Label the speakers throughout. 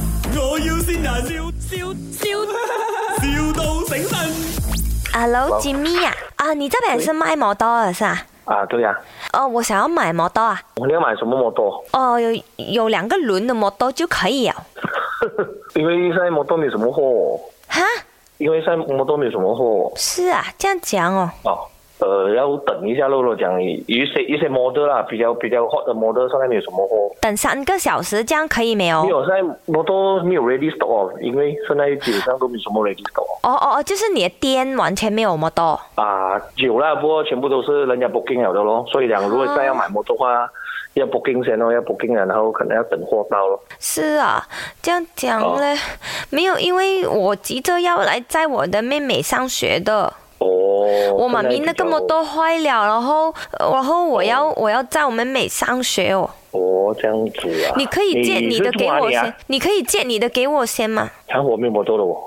Speaker 1: 要先人，笑笑笑，,笑到醒神。
Speaker 2: Hello，
Speaker 3: Hello
Speaker 2: 吉米啊，啊，你这边是卖摩托的是吧？
Speaker 3: 啊，对呀、
Speaker 2: 哦，我想要买摩托啊，
Speaker 3: 你要买什么摩托？
Speaker 2: 哦，有有两个轮的摩托就可以了。
Speaker 3: 因为现在摩托没什么货，
Speaker 2: 哈，
Speaker 3: 因为现在摩托没什么货
Speaker 2: 是啊，这样讲哦。
Speaker 3: 哦。呃，要等一下露露讲，有一些一些 model 啦，比较比较 hot 的 model 现在没有什么货，
Speaker 2: 等三个小时，这样可以没有？
Speaker 3: 没有，现在 model 没有 ready stock 哦，因为现在基本上都没什么 ready stock
Speaker 2: 哦哦哦，就是你的店完全没有摩托。
Speaker 3: 啊，有啦，不过全部都是人家 booking 了的咯，所以讲如果再要买摩托的话，要 booking 先咯，要 booking 了然后可能要等货到咯。
Speaker 2: 是啊，这样讲
Speaker 3: 哦
Speaker 2: 嘞，没有，因为我急着要来载我的妹妹上学的。
Speaker 3: 哦，
Speaker 2: 我妈咪
Speaker 3: 现在
Speaker 2: 那
Speaker 3: 比较
Speaker 2: 个摩托坏了，然后呃然后我要、我要载我妹妹上学哦。
Speaker 3: 哦，这样子啊，
Speaker 2: 你可以借
Speaker 3: 你
Speaker 2: 你的
Speaker 3: 是住
Speaker 2: 给
Speaker 3: 哪
Speaker 2: 我
Speaker 3: 里
Speaker 2: 先，
Speaker 3: 啊，
Speaker 2: 你可以借你的给我先吗？
Speaker 3: 啊 我没有摩托了我。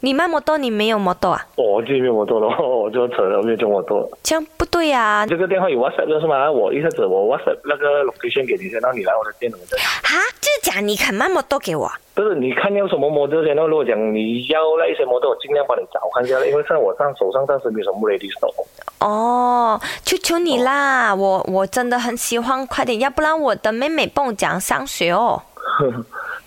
Speaker 2: 你卖摩托，你没有摩托啊？
Speaker 3: 我这边我做了， 我就扯了，我没有我做。
Speaker 2: 这样不对啊！
Speaker 3: 这个电话有 WhatsApp 的是吗？我一下子我 WhatsApp 那个 location 给你先，让你来我的店里面再。
Speaker 2: 哈，就是讲你肯卖摩托给我啊，
Speaker 3: 不是，你看要什么模特先？那如果讲你要那一些模特，我尽量帮你找看一下，因为在我上手上暂时没有什么 ready stock。
Speaker 2: 哦，求求你
Speaker 3: 哦
Speaker 2: 啦！我我真的很喜欢，快点，要不然我的妹妹帮我讲上学哦。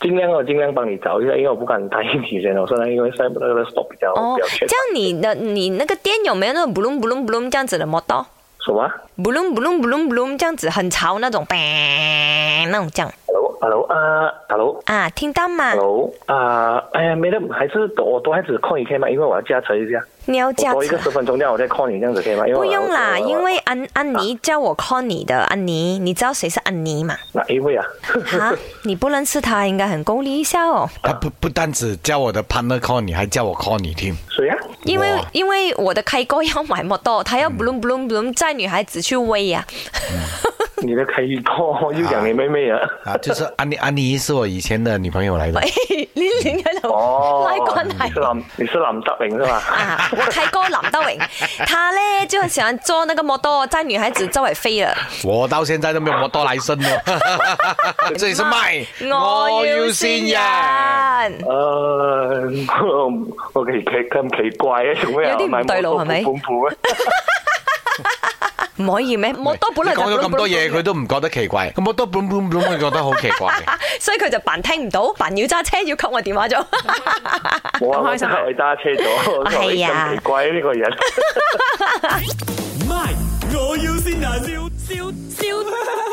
Speaker 3: 尽量我尽量帮你找一下，因为我不敢答应你先。我现在因为现在那个 stock 比较、
Speaker 2: 哦
Speaker 3: 比较，
Speaker 2: 这
Speaker 3: 缺。
Speaker 2: 样你的你那个店有没有那种 bloom bloom bloom 这样子的摩托
Speaker 3: 什么
Speaker 2: ？bloom bloom bloom bloom 这样子很潮那种，那种这样
Speaker 3: ？Hello，Hello 啊，Hello。
Speaker 2: 啊，听到吗？
Speaker 3: Hello 啊，哎呀，没得，还是我多孩子 call 你可以吗？因为我要驾车一下，
Speaker 2: 你要
Speaker 3: 我
Speaker 2: 驾
Speaker 3: 多一
Speaker 2: 车
Speaker 3: 个？十分钟，这样我再 call 你这样子可以吗？因为
Speaker 2: 不
Speaker 3: 我要
Speaker 2: 用啦，
Speaker 3: 我
Speaker 2: 因为安安妮
Speaker 4: 啊
Speaker 2: 叫我 call 你的安妮，你知道谁是安妮 吗？
Speaker 3: 哪一位啊？
Speaker 2: 哈，你不认识她，应该很功利一下哦。
Speaker 4: 他不不单只叫我的 partner call 你，还叫我 call 你听。
Speaker 3: 谁啊？
Speaker 2: 因为
Speaker 4: 哇嗯
Speaker 2: 因为我的开哥要买摩托，他要 bloom bloom bloom 载女孩子去喂呀、
Speaker 3: 你的开拓又讲你妹妹啊？
Speaker 4: 啊，就是安妮，安妮是我以前的女朋友来的。
Speaker 2: 喂，哎你你喺度
Speaker 3: 哦，
Speaker 2: 拉关
Speaker 3: 你
Speaker 2: 系
Speaker 3: 是。林，你是林德荣是 吧？
Speaker 2: 啊！我开哥林德 荣，他呢就很喜欢坐那个摩托载女孩子周围飞啊了。
Speaker 4: 我到现在都没有摩托来 生了。这里是麦，
Speaker 2: 我要先。人，
Speaker 3: 呃， 我奇奇咁奇怪 嘅，做咩啊
Speaker 2: 有啲唔
Speaker 3: 買
Speaker 2: 對路
Speaker 3: 摩
Speaker 2: 係咪
Speaker 3: 托盤盤咩？
Speaker 2: 唔可以咩？摩托本來
Speaker 4: 你
Speaker 2: 就
Speaker 4: 講咗咁多
Speaker 2: blum
Speaker 4: 嘢，
Speaker 2: blum blum
Speaker 4: 佢都唔覺得奇怪。摩托 boom boom boom，佢覺得好奇怪。
Speaker 2: 啊所以佢就扮聽唔到，扮要揸車要給我電話咗。
Speaker 3: 我
Speaker 5: 咁
Speaker 3: 話
Speaker 5: 開
Speaker 3: 我
Speaker 5: 心啊
Speaker 3: 真係揸車 咗，我話你
Speaker 2: 係啊
Speaker 3: 咁奇怪呢個人。
Speaker 1: My，我要先人，笑笑笑。